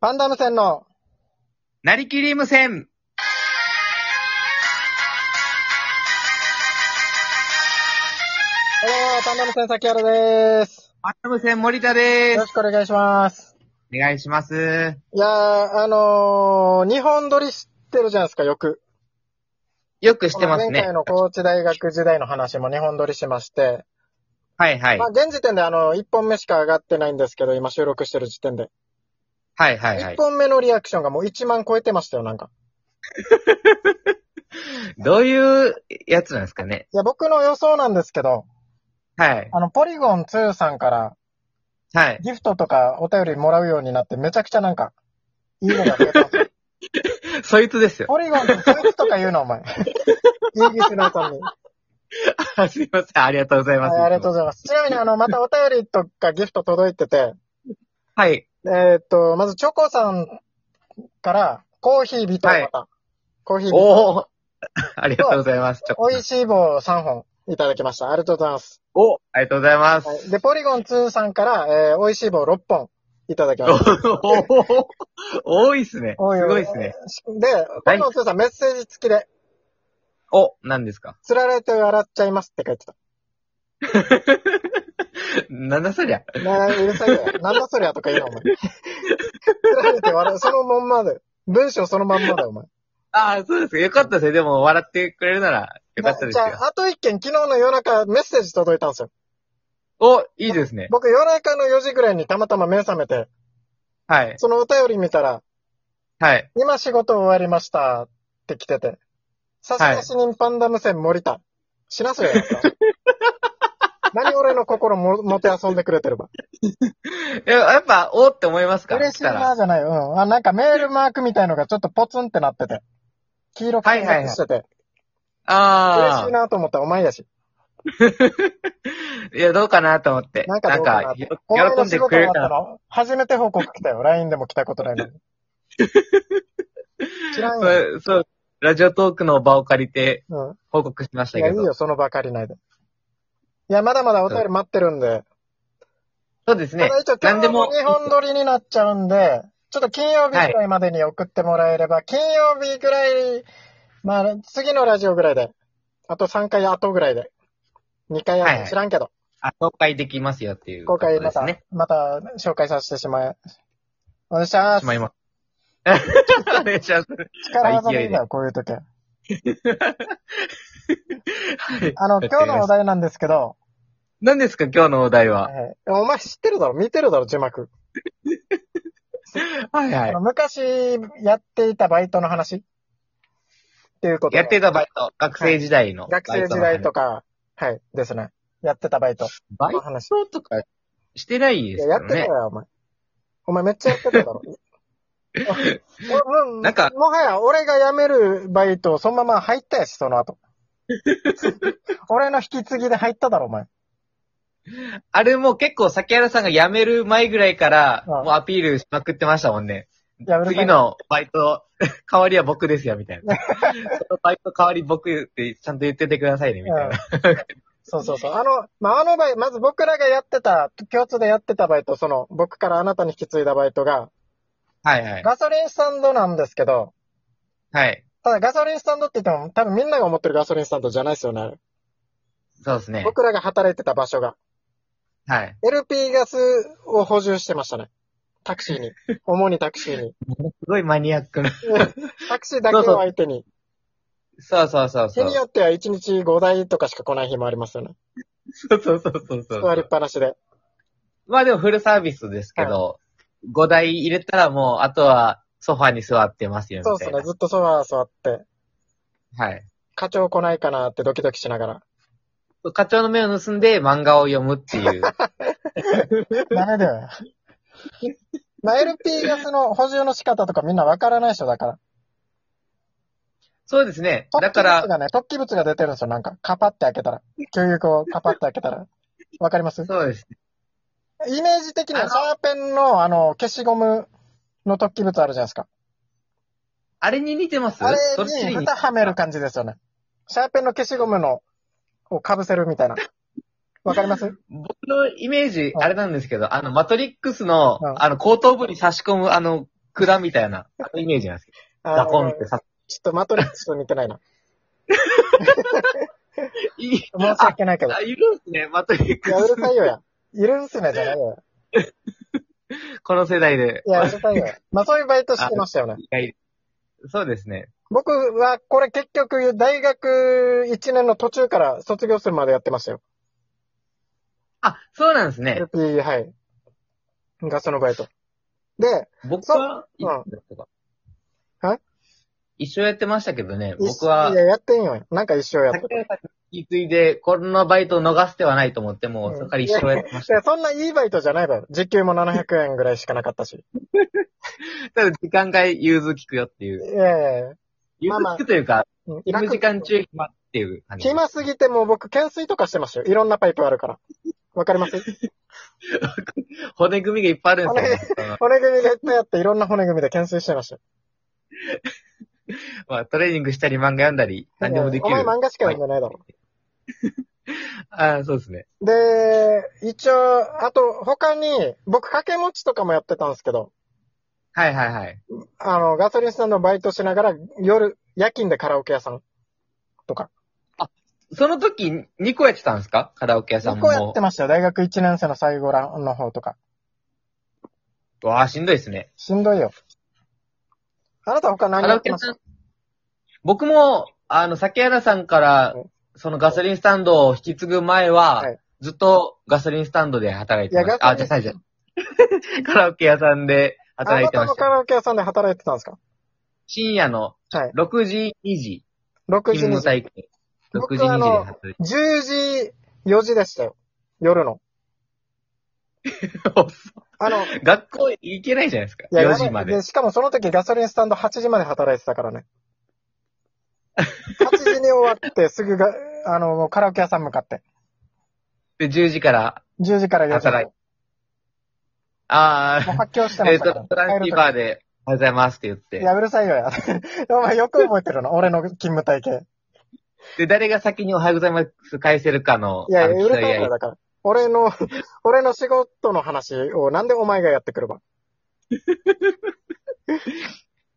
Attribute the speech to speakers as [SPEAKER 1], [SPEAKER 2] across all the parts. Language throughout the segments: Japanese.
[SPEAKER 1] パンダム戦の、
[SPEAKER 2] なりきり無線
[SPEAKER 1] どうもパンダム戦崎原です。
[SPEAKER 2] パンダ無線森田で
[SPEAKER 1] よろ
[SPEAKER 2] す。
[SPEAKER 1] しくお願いします。
[SPEAKER 2] お願いします。
[SPEAKER 1] いやー、あのー、日本撮りしてるじゃないですか、よく。
[SPEAKER 2] よくしてます
[SPEAKER 1] 前
[SPEAKER 2] ね
[SPEAKER 1] 回。の高知大学時代の話も日本撮りしまして、
[SPEAKER 2] はいはい
[SPEAKER 1] まあ、。現時点であの、1本目しか上がってないんですけど、今収録してる時点で。
[SPEAKER 2] はいはいは
[SPEAKER 1] 1
[SPEAKER 2] い。
[SPEAKER 1] 本目のリアクションがもう1万超えてましたよ、なんか。
[SPEAKER 2] どういうやつなんですかね。
[SPEAKER 1] いや、僕の予想なんですけど、
[SPEAKER 2] はい。
[SPEAKER 1] あの、ポリゴン2さんから
[SPEAKER 2] はい。
[SPEAKER 1] ギフトとかお便りもらうようになって、めちゃくちゃなんか、いいのが増えたんですよ。
[SPEAKER 2] そいつですよ。
[SPEAKER 1] ポリゴンってそういうことか言うな、お 前。イギリスのさんに。
[SPEAKER 2] あすいません。ありがとうございます。
[SPEAKER 1] はい、ありがとうございます。ちなみに、あの、またお便りとかギフト届いてて、
[SPEAKER 2] はい。
[SPEAKER 1] えーっと、まず、チョコさんから、コーヒービトをまた、コーヒービト、
[SPEAKER 2] おお ありがとうございます。ちょっと
[SPEAKER 1] 美味しい棒3本いただきました。ありがとうございます。
[SPEAKER 2] おありがとうございます。
[SPEAKER 1] はい、で、ポリゴン2さんから、えー、美味しい棒6本いただきました。
[SPEAKER 2] おお 多いっすね。す
[SPEAKER 1] 多いよ
[SPEAKER 2] ごいっすね。
[SPEAKER 1] しで、ポリゴン2さん、メッセージ付きで、
[SPEAKER 2] お、何ですか
[SPEAKER 1] つられて笑っちゃいますって書いてた。
[SPEAKER 2] なんだそりゃ。
[SPEAKER 1] ねえ、うるさいよ。 なんだそりゃとか言うな、お前。 つられて笑う。そのまんまで。文章そのまんまだよ、お前。
[SPEAKER 2] ああ、そうですか。よかったですね。でも、笑ってくれるなら、よかったです
[SPEAKER 1] じゃ
[SPEAKER 2] よ。
[SPEAKER 1] あ、あと一件昨日の夜中メッセージ届いたんですよ。
[SPEAKER 2] お、いいですね。
[SPEAKER 1] 僕夜中の4時ぐらいにたまたま目覚めて、
[SPEAKER 2] はい。
[SPEAKER 1] そのお便り見たら、
[SPEAKER 2] はい。
[SPEAKER 1] 今仕事終わりましたって来てて、差出人パンダ無線森田。死なすよ、や つは何俺の心も、もて遊んでくれてれば。
[SPEAKER 2] いや、やっぱ、おーって思いますか
[SPEAKER 1] 嬉しい
[SPEAKER 2] 来たら。
[SPEAKER 1] なーじゃない。うん。あ、なんかメールマークみたいのがちょっとポツンってなってて。黄色く
[SPEAKER 2] はいはいはい
[SPEAKER 1] してて。嬉
[SPEAKER 2] あ
[SPEAKER 1] しいなと思ったらお前やし。
[SPEAKER 2] あ。いや、どうかなと思って。
[SPEAKER 1] な
[SPEAKER 2] なん
[SPEAKER 1] かど
[SPEAKER 2] ん
[SPEAKER 1] うかな
[SPEAKER 2] か
[SPEAKER 1] って、この間
[SPEAKER 2] 喜んで
[SPEAKER 1] 仕事
[SPEAKER 2] く
[SPEAKER 1] 終
[SPEAKER 2] れ
[SPEAKER 1] わ
[SPEAKER 2] る
[SPEAKER 1] っ
[SPEAKER 2] か
[SPEAKER 1] た
[SPEAKER 2] ら。
[SPEAKER 1] の初めて報告来たよ。LINE でも来たこと ないのに。知らんよ。
[SPEAKER 2] そう、そう。ラジオトークの場を借りて、
[SPEAKER 1] う
[SPEAKER 2] 報告しまし
[SPEAKER 1] ん。
[SPEAKER 2] た
[SPEAKER 1] いや、
[SPEAKER 2] け
[SPEAKER 1] いい
[SPEAKER 2] ど。
[SPEAKER 1] よ、そのばかりないで。いや、まだまだお便り待ってるんで。
[SPEAKER 2] そうですね
[SPEAKER 1] ただ一応。今
[SPEAKER 2] 何
[SPEAKER 1] 日
[SPEAKER 2] で
[SPEAKER 1] も
[SPEAKER 2] も、
[SPEAKER 1] 日本撮りになっちゃうんで、ちょっと金曜日ぐらいまでに送ってもらえれば、金曜日ぐらい、まあ、次のラジオぐらいで、あと3回後ぐらいで、2回
[SPEAKER 2] はい
[SPEAKER 1] 後
[SPEAKER 2] はい
[SPEAKER 1] 知らんけど、
[SPEAKER 2] あ公開できますよっていうこ
[SPEAKER 1] 公
[SPEAKER 2] と
[SPEAKER 1] 開
[SPEAKER 2] で
[SPEAKER 1] ますた
[SPEAKER 2] ね。、
[SPEAKER 1] また紹介させてしまい、お願いしま
[SPEAKER 2] し
[SPEAKER 1] す
[SPEAKER 2] ま。います。お願いします。
[SPEAKER 1] 力技でいいんだよ、こういう時は。あの、今日のお題なんですけど、
[SPEAKER 2] 何ですか、今日のお題は。
[SPEAKER 1] はいお前知ってるだろ見てるだろ字幕。
[SPEAKER 2] はいは
[SPEAKER 1] あ
[SPEAKER 2] い
[SPEAKER 1] の。昔やっていたバイトの話っていうこと。
[SPEAKER 2] やってたバイト、学生時代の。
[SPEAKER 1] 学生時代と
[SPEAKER 2] か。
[SPEAKER 1] か、はい、ですね。やってたバイト
[SPEAKER 2] バイ
[SPEAKER 1] の話。
[SPEAKER 2] トとかしてないで
[SPEAKER 1] い
[SPEAKER 2] す
[SPEAKER 1] や、や
[SPEAKER 2] け
[SPEAKER 1] って
[SPEAKER 2] ど
[SPEAKER 1] た
[SPEAKER 2] ね。
[SPEAKER 1] よ、お前。お前めっちゃやってただ ろ。お
[SPEAKER 2] なんか
[SPEAKER 1] もはや俺が辞めるバイト、そのまま入ったやし、その 後。俺の引き継ぎで入っただろ、お前。
[SPEAKER 2] あれも結構、崎原さんが辞める前ぐらいから、
[SPEAKER 1] うん
[SPEAKER 2] もうアピールしまくってましたもんね。
[SPEAKER 1] いやうるさい
[SPEAKER 2] 次のバイト、 代わりは僕ですよ、みたい な。そのバイト代わり僕ってちゃんと言っててくださいね、みたいな。
[SPEAKER 1] うんそうそうそう。あの、まあ、あの場合、まず僕らがやってた、共通でやってたバイト、その、僕からあなたに引き継いだバイトが、
[SPEAKER 2] はいはい。
[SPEAKER 1] ガソリンスタンドなんですけど、
[SPEAKER 2] はい。
[SPEAKER 1] ただガソリンスタンドって言っても、多分みんなが思ってるガソリンスタンドじゃないですよね。あれ
[SPEAKER 2] そうですね。
[SPEAKER 1] 僕らが働いてた場所が。
[SPEAKER 2] はい。
[SPEAKER 1] LP ガスを補充してましたね。タクシー に。主にタクシーに。
[SPEAKER 2] すごいマニアッ クな。
[SPEAKER 1] タクシーだけを相手に。
[SPEAKER 2] そうそうそうそ
[SPEAKER 1] 日
[SPEAKER 2] う。
[SPEAKER 1] によっては1日5台とかしか来ない日もありますよね。
[SPEAKER 2] そうそうそうそうそ
[SPEAKER 1] 座りっ
[SPEAKER 2] う。
[SPEAKER 1] ぱなしで。
[SPEAKER 2] まあでもフルサービスですけど、5台入れたらもう、あとはソファに座ってますよ、
[SPEAKER 1] そう
[SPEAKER 2] み
[SPEAKER 1] で
[SPEAKER 2] た
[SPEAKER 1] す
[SPEAKER 2] いな。
[SPEAKER 1] ね。ずっとソファー座って、
[SPEAKER 2] はい。
[SPEAKER 1] 課長来ないかなってドキドキしながら。
[SPEAKER 2] 課長の目を盗んで漫画を読むって いう。
[SPEAKER 1] ダメだよ。まあ、LP ガスの補充の仕方とかみんなわからないでしょ、だから。
[SPEAKER 2] そうですね。
[SPEAKER 1] 突
[SPEAKER 2] だ
[SPEAKER 1] 起
[SPEAKER 2] から
[SPEAKER 1] 物、がね、突起物が出てるんですよ、なんか。カパって開けたら。給油口をカパって開けたら。わかります
[SPEAKER 2] そうですね。
[SPEAKER 1] イメージ的にはシャーペンの、あの、消しゴムの突起物あるじゃないですか。
[SPEAKER 2] あれに似てます
[SPEAKER 1] あれ
[SPEAKER 2] そっち
[SPEAKER 1] に
[SPEAKER 2] に。
[SPEAKER 1] 蓋はめる感じですよね。シャーペンの消しゴムの、を被せるみたいな。わかります
[SPEAKER 2] 僕のイメージ
[SPEAKER 1] う、ん
[SPEAKER 2] あれなんですけど、あの、マトリックスの
[SPEAKER 1] う、ん
[SPEAKER 2] あの、後頭部に差し込む、あの、管みたいな、あのイメージなんですけど。ダコンって
[SPEAKER 1] あー
[SPEAKER 2] さ、
[SPEAKER 1] ちょっとマトリックス見てないな。
[SPEAKER 2] いい、
[SPEAKER 1] 申し訳ないけど。い
[SPEAKER 2] あ、いるんすね、マトリック
[SPEAKER 1] や、う
[SPEAKER 2] ス
[SPEAKER 1] る。さいよや。いるんすね、じゃないよ。
[SPEAKER 2] この世代で。
[SPEAKER 1] いや、うるさい よや。まあ、そういうバイトしてましたよね。
[SPEAKER 2] いやそうですね。
[SPEAKER 1] 僕は、これ結局、大学1年の途中から卒業するまでやってましたよ。
[SPEAKER 2] あ、そうなんですね。
[SPEAKER 1] LP、はい。がそのバイト。で、
[SPEAKER 2] 僕は、い
[SPEAKER 1] そう
[SPEAKER 2] つとか
[SPEAKER 1] はい
[SPEAKER 2] 一生やってましたけどね、
[SPEAKER 1] 一、
[SPEAKER 2] 僕はい
[SPEAKER 1] や、やってんよ。なんか一生やって
[SPEAKER 2] 竹内さんに引き継いで、このバイトを逃す手はないと思って、もう、それから一生やってまし
[SPEAKER 1] い
[SPEAKER 2] た。
[SPEAKER 1] や、そんないいバイトじゃないだろ。時給も700円ぐらいしかなかったし。
[SPEAKER 2] ただ、時間外融通聞くよってい。
[SPEAKER 1] いうやいやいや
[SPEAKER 2] 融
[SPEAKER 1] まあ
[SPEAKER 2] 通
[SPEAKER 1] まあ
[SPEAKER 2] 聞くというか、
[SPEAKER 1] うん
[SPEAKER 2] 勤務時間中暇っていう感じ。
[SPEAKER 1] 暇すぎてもう僕、懸垂とかしてましたよ。いろんなパイプあるから。わかります
[SPEAKER 2] 骨組みがいっぱいあるんですよ、ね。
[SPEAKER 1] 骨組みがいっぱいあって、いろんな骨組みで懸垂してましたよ。
[SPEAKER 2] まあ、トレーニングしたり漫画読んだり、何でもでき
[SPEAKER 1] お
[SPEAKER 2] る
[SPEAKER 1] 前。漫画しか読んでないだろ。
[SPEAKER 2] ああ、そうですね。
[SPEAKER 1] で、一応、あと、他に、僕、掛け持ちとかもやってたんですけど、
[SPEAKER 2] はいはいはい。
[SPEAKER 1] あの、ガソリンスタンドバイトしながら、夜、夜勤でカラオケ屋さんとか。
[SPEAKER 2] その時、2個やってたんですかカラオケ屋さん
[SPEAKER 1] 2
[SPEAKER 2] も。
[SPEAKER 1] 個やってましたよ。大学1年生の最後らの方とか。
[SPEAKER 2] わあ、しんどいですね。
[SPEAKER 1] しんどいよ。あなた他
[SPEAKER 2] カ
[SPEAKER 1] 何
[SPEAKER 2] ラ
[SPEAKER 1] や
[SPEAKER 2] オ
[SPEAKER 1] って
[SPEAKER 2] ケ屋
[SPEAKER 1] まし
[SPEAKER 2] さ
[SPEAKER 1] た
[SPEAKER 2] ん。僕も、あの、酒原さんから
[SPEAKER 1] うん、
[SPEAKER 2] そのガソリンスタンドを引き継ぐ前は、
[SPEAKER 1] はい
[SPEAKER 2] ずっとガソリンスタンドで働いてま
[SPEAKER 1] いや
[SPEAKER 2] し
[SPEAKER 1] ガ
[SPEAKER 2] た。
[SPEAKER 1] ソ
[SPEAKER 2] あ、
[SPEAKER 1] リン
[SPEAKER 2] じゃあ、じゃあじゃあ カラオケ屋さんで
[SPEAKER 1] あ
[SPEAKER 2] 働い
[SPEAKER 1] な
[SPEAKER 2] て
[SPEAKER 1] た
[SPEAKER 2] ま
[SPEAKER 1] の
[SPEAKER 2] し
[SPEAKER 1] カ
[SPEAKER 2] た。
[SPEAKER 1] ラオケ屋さんで働いてたんですか
[SPEAKER 2] 深夜の
[SPEAKER 1] はい。
[SPEAKER 2] 6時、2時、
[SPEAKER 1] 6
[SPEAKER 2] 勤
[SPEAKER 1] 時に
[SPEAKER 2] 務。体験。
[SPEAKER 1] 僕
[SPEAKER 2] 6時、2時で
[SPEAKER 1] あの
[SPEAKER 2] 働いて
[SPEAKER 1] 10時、4時でしたよ。夜 の。
[SPEAKER 2] ました。
[SPEAKER 1] あの、い
[SPEAKER 2] 学校行けないじゃないですか。
[SPEAKER 1] や
[SPEAKER 2] 4時まで。
[SPEAKER 1] しかもその時ガソリンスタンド8時まで働いてたからね。8時に終わって、すぐが、 あの、もうカラオケ屋さん向かって。
[SPEAKER 2] で、10時から、
[SPEAKER 1] 10時から4時まで。
[SPEAKER 2] 働あ
[SPEAKER 1] もう
[SPEAKER 2] ー、
[SPEAKER 1] 発狂してま
[SPEAKER 2] えっ
[SPEAKER 1] した
[SPEAKER 2] と、
[SPEAKER 1] か
[SPEAKER 2] ト
[SPEAKER 1] ら。
[SPEAKER 2] ランキーバーで、おはようございますって言っ
[SPEAKER 1] い
[SPEAKER 2] て。
[SPEAKER 1] や、うるさいよ や。お前よく覚えてるの俺の勤務体系。
[SPEAKER 2] で、誰が先におはようございます返せるかの、
[SPEAKER 1] いや、
[SPEAKER 2] あ
[SPEAKER 1] い
[SPEAKER 2] の
[SPEAKER 1] やうるさ
[SPEAKER 2] 競
[SPEAKER 1] い
[SPEAKER 2] い合
[SPEAKER 1] よだから。俺の、 俺の仕事の話をなんでお前がやってくるば。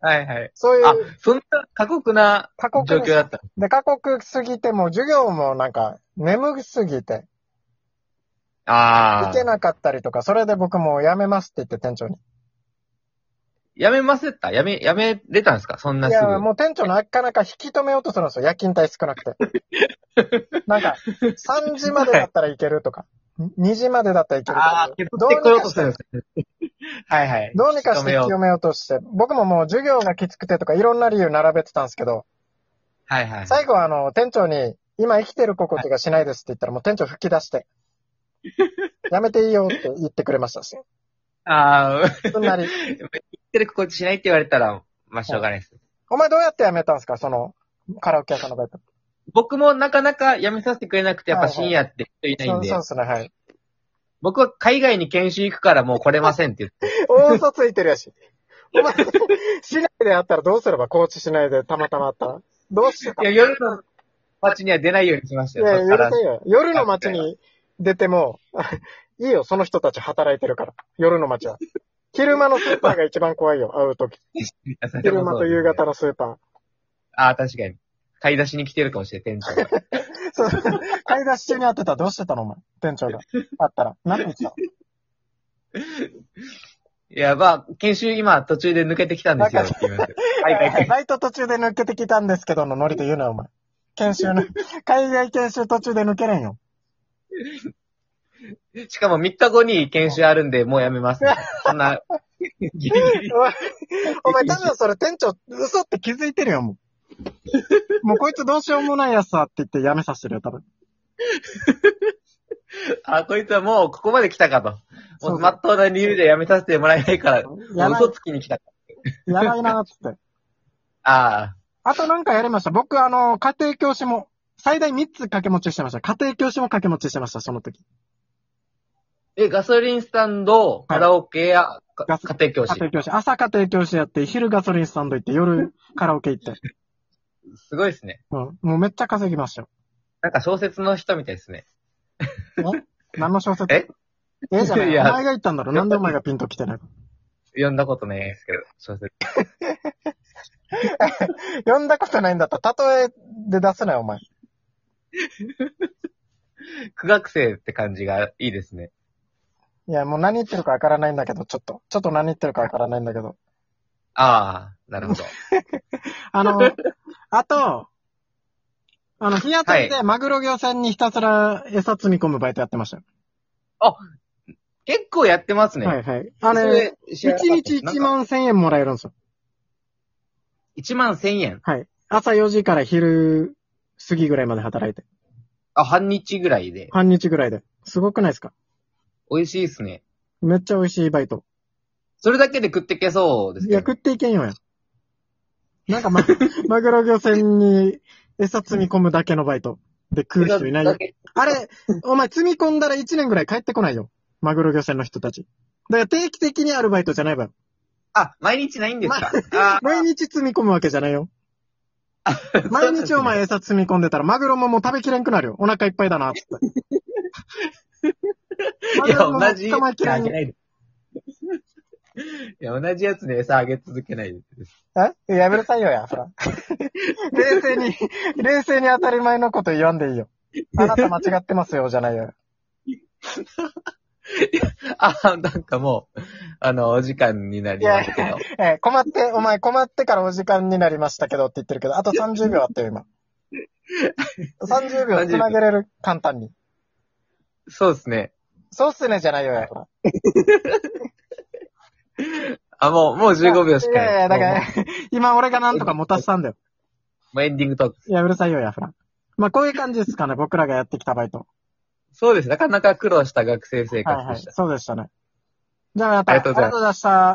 [SPEAKER 2] はいはい。
[SPEAKER 1] そうい
[SPEAKER 2] あ
[SPEAKER 1] う、
[SPEAKER 2] そんな過酷な
[SPEAKER 1] 過酷
[SPEAKER 2] 状
[SPEAKER 1] です
[SPEAKER 2] 況だった。
[SPEAKER 1] で、過酷すぎて、もう授業もなんか、眠すぎて、
[SPEAKER 2] あ
[SPEAKER 1] 行け
[SPEAKER 2] あ。
[SPEAKER 1] なかったりとか、それで僕もう辞めますって言って店長に。
[SPEAKER 2] やめますったやめ、やめれたんですかそんないすぐ。
[SPEAKER 1] や、もう店長なかなか引き止めようとするんですよ。夜勤帯少なくて。なんか、3時までだったらいけるとか、2時までだったらいけると
[SPEAKER 2] ああ
[SPEAKER 1] か、、
[SPEAKER 2] 削
[SPEAKER 1] ど
[SPEAKER 2] っ
[SPEAKER 1] う
[SPEAKER 2] て
[SPEAKER 1] に
[SPEAKER 2] こよう
[SPEAKER 1] か
[SPEAKER 2] と
[SPEAKER 1] し
[SPEAKER 2] するん
[SPEAKER 1] て、
[SPEAKER 2] ですねはいはい。
[SPEAKER 1] どうにかして
[SPEAKER 2] 引き止めよう
[SPEAKER 1] 清めようとして、僕ももう授業がきつくてとか、いろんな理由並べてたんですけど、
[SPEAKER 2] はいはい。
[SPEAKER 1] 最後はあの、店長に、今生きてる心地がしないですって言ったら、もう店長吹き出して、やめていいよって言ってくれましたし、
[SPEAKER 2] あ あ、
[SPEAKER 1] すんなり。
[SPEAKER 2] 言ってる心地しないって言われたら、まあしょうがないです。
[SPEAKER 1] お前どうやって辞めたんですかその、カラオケ屋さんのバイト。
[SPEAKER 2] 僕もなかなかやめさせてくれなくて、やっ
[SPEAKER 1] は
[SPEAKER 2] ぱ
[SPEAKER 1] いはい
[SPEAKER 2] 深夜って人いない
[SPEAKER 1] そ
[SPEAKER 2] ん
[SPEAKER 1] う
[SPEAKER 2] で
[SPEAKER 1] そう、ですね、はい。
[SPEAKER 2] 僕は海外に研修行くからもう来れませんって言って。
[SPEAKER 1] 大嘘ついてるやし。お前、市内であったらどうすれば高知市内でたまたまあったら。どうしてた
[SPEAKER 2] いや、夜の街には出ないようにしました
[SPEAKER 1] いや、
[SPEAKER 2] よ。
[SPEAKER 1] 許
[SPEAKER 2] だから
[SPEAKER 1] せんよ。夜の街に出ても、 いいよ、その人たち働いてるから。夜の街は。昼間のスーパーが一番怖いよ、会うと き。昼間と夕方。のスーパ
[SPEAKER 2] ああ、確かに。買い出しに来てるかもしれない、店長が。
[SPEAKER 1] ー。そう、 買い出し中に会ってたらどうしてたのお前、店長が。あったら。何て言ってたの
[SPEAKER 2] いや、まあ、研修今途中で抜けてきたんですよ、って言います。はいはいはい。
[SPEAKER 1] バイト途中で抜けてきたんですけどのノリで言うなよ、お前。研修 の、海外研修途中で抜けれんよ。
[SPEAKER 2] しかも3日後に研修あるんで、もうやめます、そ んな、ギリギリ。
[SPEAKER 1] お前お前、多分それ店長、嘘って気づいてるよ、 もう。もうこいつどうしようもないやつだって言ってやめさせてるよ、多分。
[SPEAKER 2] あ、こいつはもうここまで来たかと。
[SPEAKER 1] そ
[SPEAKER 2] も
[SPEAKER 1] う
[SPEAKER 2] う、まっとうな理由でやめさせてもらえないから、も
[SPEAKER 1] や
[SPEAKER 2] う
[SPEAKER 1] ばい
[SPEAKER 2] 嘘つきに来た。
[SPEAKER 1] やばいなーっつって。
[SPEAKER 2] あ
[SPEAKER 1] あとなんかやりました。僕、あの、家庭教師も、最大3つ掛け持ちしてました。家庭教師も掛け持ちしてました、その時。
[SPEAKER 2] あ。え、ガソリンスタンド、カラオケや、か
[SPEAKER 1] ガス
[SPEAKER 2] 家庭教
[SPEAKER 1] 家
[SPEAKER 2] 師。
[SPEAKER 1] 庭教師。朝家庭教師やって、昼ガソリンスタンド行って、夜カラオケ行って。
[SPEAKER 2] すごいですね。
[SPEAKER 1] うん。もうめっちゃ稼ぎましたよ。
[SPEAKER 2] なんか小説の人みたいですね。
[SPEAKER 1] え何の小説
[SPEAKER 2] え
[SPEAKER 1] ええじゃない。
[SPEAKER 2] いや
[SPEAKER 1] お前が言ったんだろ。なんでお前がピンと来てないの
[SPEAKER 2] 読んだことないですけど、小説。
[SPEAKER 1] 読んだことないんだったら、例えで出せない、お前。
[SPEAKER 2] 苦学生って感じがいいですね。
[SPEAKER 1] いや、もう何言ってるかわからないんだけど、ちょっと。ちょっと何言ってるかわからないんだけど。
[SPEAKER 2] ああ、なる ほど。
[SPEAKER 1] あの、あと、あの、日当たりでマグロ漁船にひたすら餌積み込むバイトやってましたよ。
[SPEAKER 2] 結構やってますね。
[SPEAKER 1] はいはい。あ
[SPEAKER 2] そ
[SPEAKER 1] れ、
[SPEAKER 2] れ、知ら
[SPEAKER 1] 1
[SPEAKER 2] なかった
[SPEAKER 1] 日1。万1000円もらえるんですよ。
[SPEAKER 2] 1万1000円。
[SPEAKER 1] はい。朝4時から昼過ぎぐらいまで働いて。
[SPEAKER 2] あ、半日ぐらいで。
[SPEAKER 1] 半日ぐらいで。すごくないですか
[SPEAKER 2] 美味しいですね。
[SPEAKER 1] めっちゃ美味しいバイト。
[SPEAKER 2] それだけで食ってけそうです
[SPEAKER 1] いや、
[SPEAKER 2] けど
[SPEAKER 1] 食。っていけんよや。なんか、ま、マグロ漁船に餌積み込むだけのバイト。で食う人いないよ
[SPEAKER 2] だ。け
[SPEAKER 1] あれ、お前積み込んだら1年ぐらい帰ってこないよ。マグロ漁船の人たち。だから定期的にあるバイトじゃないわよ。
[SPEAKER 2] あ、毎日ないんですか、あ
[SPEAKER 1] 毎日積み込むわけじゃないよ。
[SPEAKER 2] ー
[SPEAKER 1] 毎日お 前。
[SPEAKER 2] そうなんですね
[SPEAKER 1] 餌積み込んでたら、マグロももう食べきれんくなるよ。お腹いっぱいだな、つって。
[SPEAKER 2] いや、同じ。
[SPEAKER 1] 捕まえきれん
[SPEAKER 2] いやあげないですいや、同じやつで餌あげ続けないです。
[SPEAKER 1] えやめなさいよや、そら。冷静に、冷静に当たり前のこと言わんでいいよ。あなた間違ってますよ、じゃないよ。
[SPEAKER 2] あ、なんかもう、あの、お時間になりますけ
[SPEAKER 1] いや
[SPEAKER 2] ど。
[SPEAKER 1] えー困って、お前困ってからお時間になりましたけどって言ってるけど、あと30秒あったよ、 今。30秒繋げれる、簡単に。
[SPEAKER 2] そうですね。
[SPEAKER 1] そうっすね、じゃないよ、や。
[SPEAKER 2] あ、もう、もう15秒しか
[SPEAKER 1] いやいや、だか
[SPEAKER 2] もう
[SPEAKER 1] ら、 今俺がなんとか持たせたんだよ。
[SPEAKER 2] もうエンディングトーク。
[SPEAKER 1] いや、うるさいよ、やフラ。まあ、こういう感じですかね、僕らがやってきたバイト。
[SPEAKER 2] そうです。なかなか苦労した学生
[SPEAKER 1] は
[SPEAKER 2] 生
[SPEAKER 1] い
[SPEAKER 2] 活
[SPEAKER 1] は
[SPEAKER 2] で
[SPEAKER 1] い
[SPEAKER 2] し。た。
[SPEAKER 1] そうでしたね。じゃあ、また、
[SPEAKER 2] ありがとうござ
[SPEAKER 1] あ
[SPEAKER 2] います
[SPEAKER 1] りがとうございました。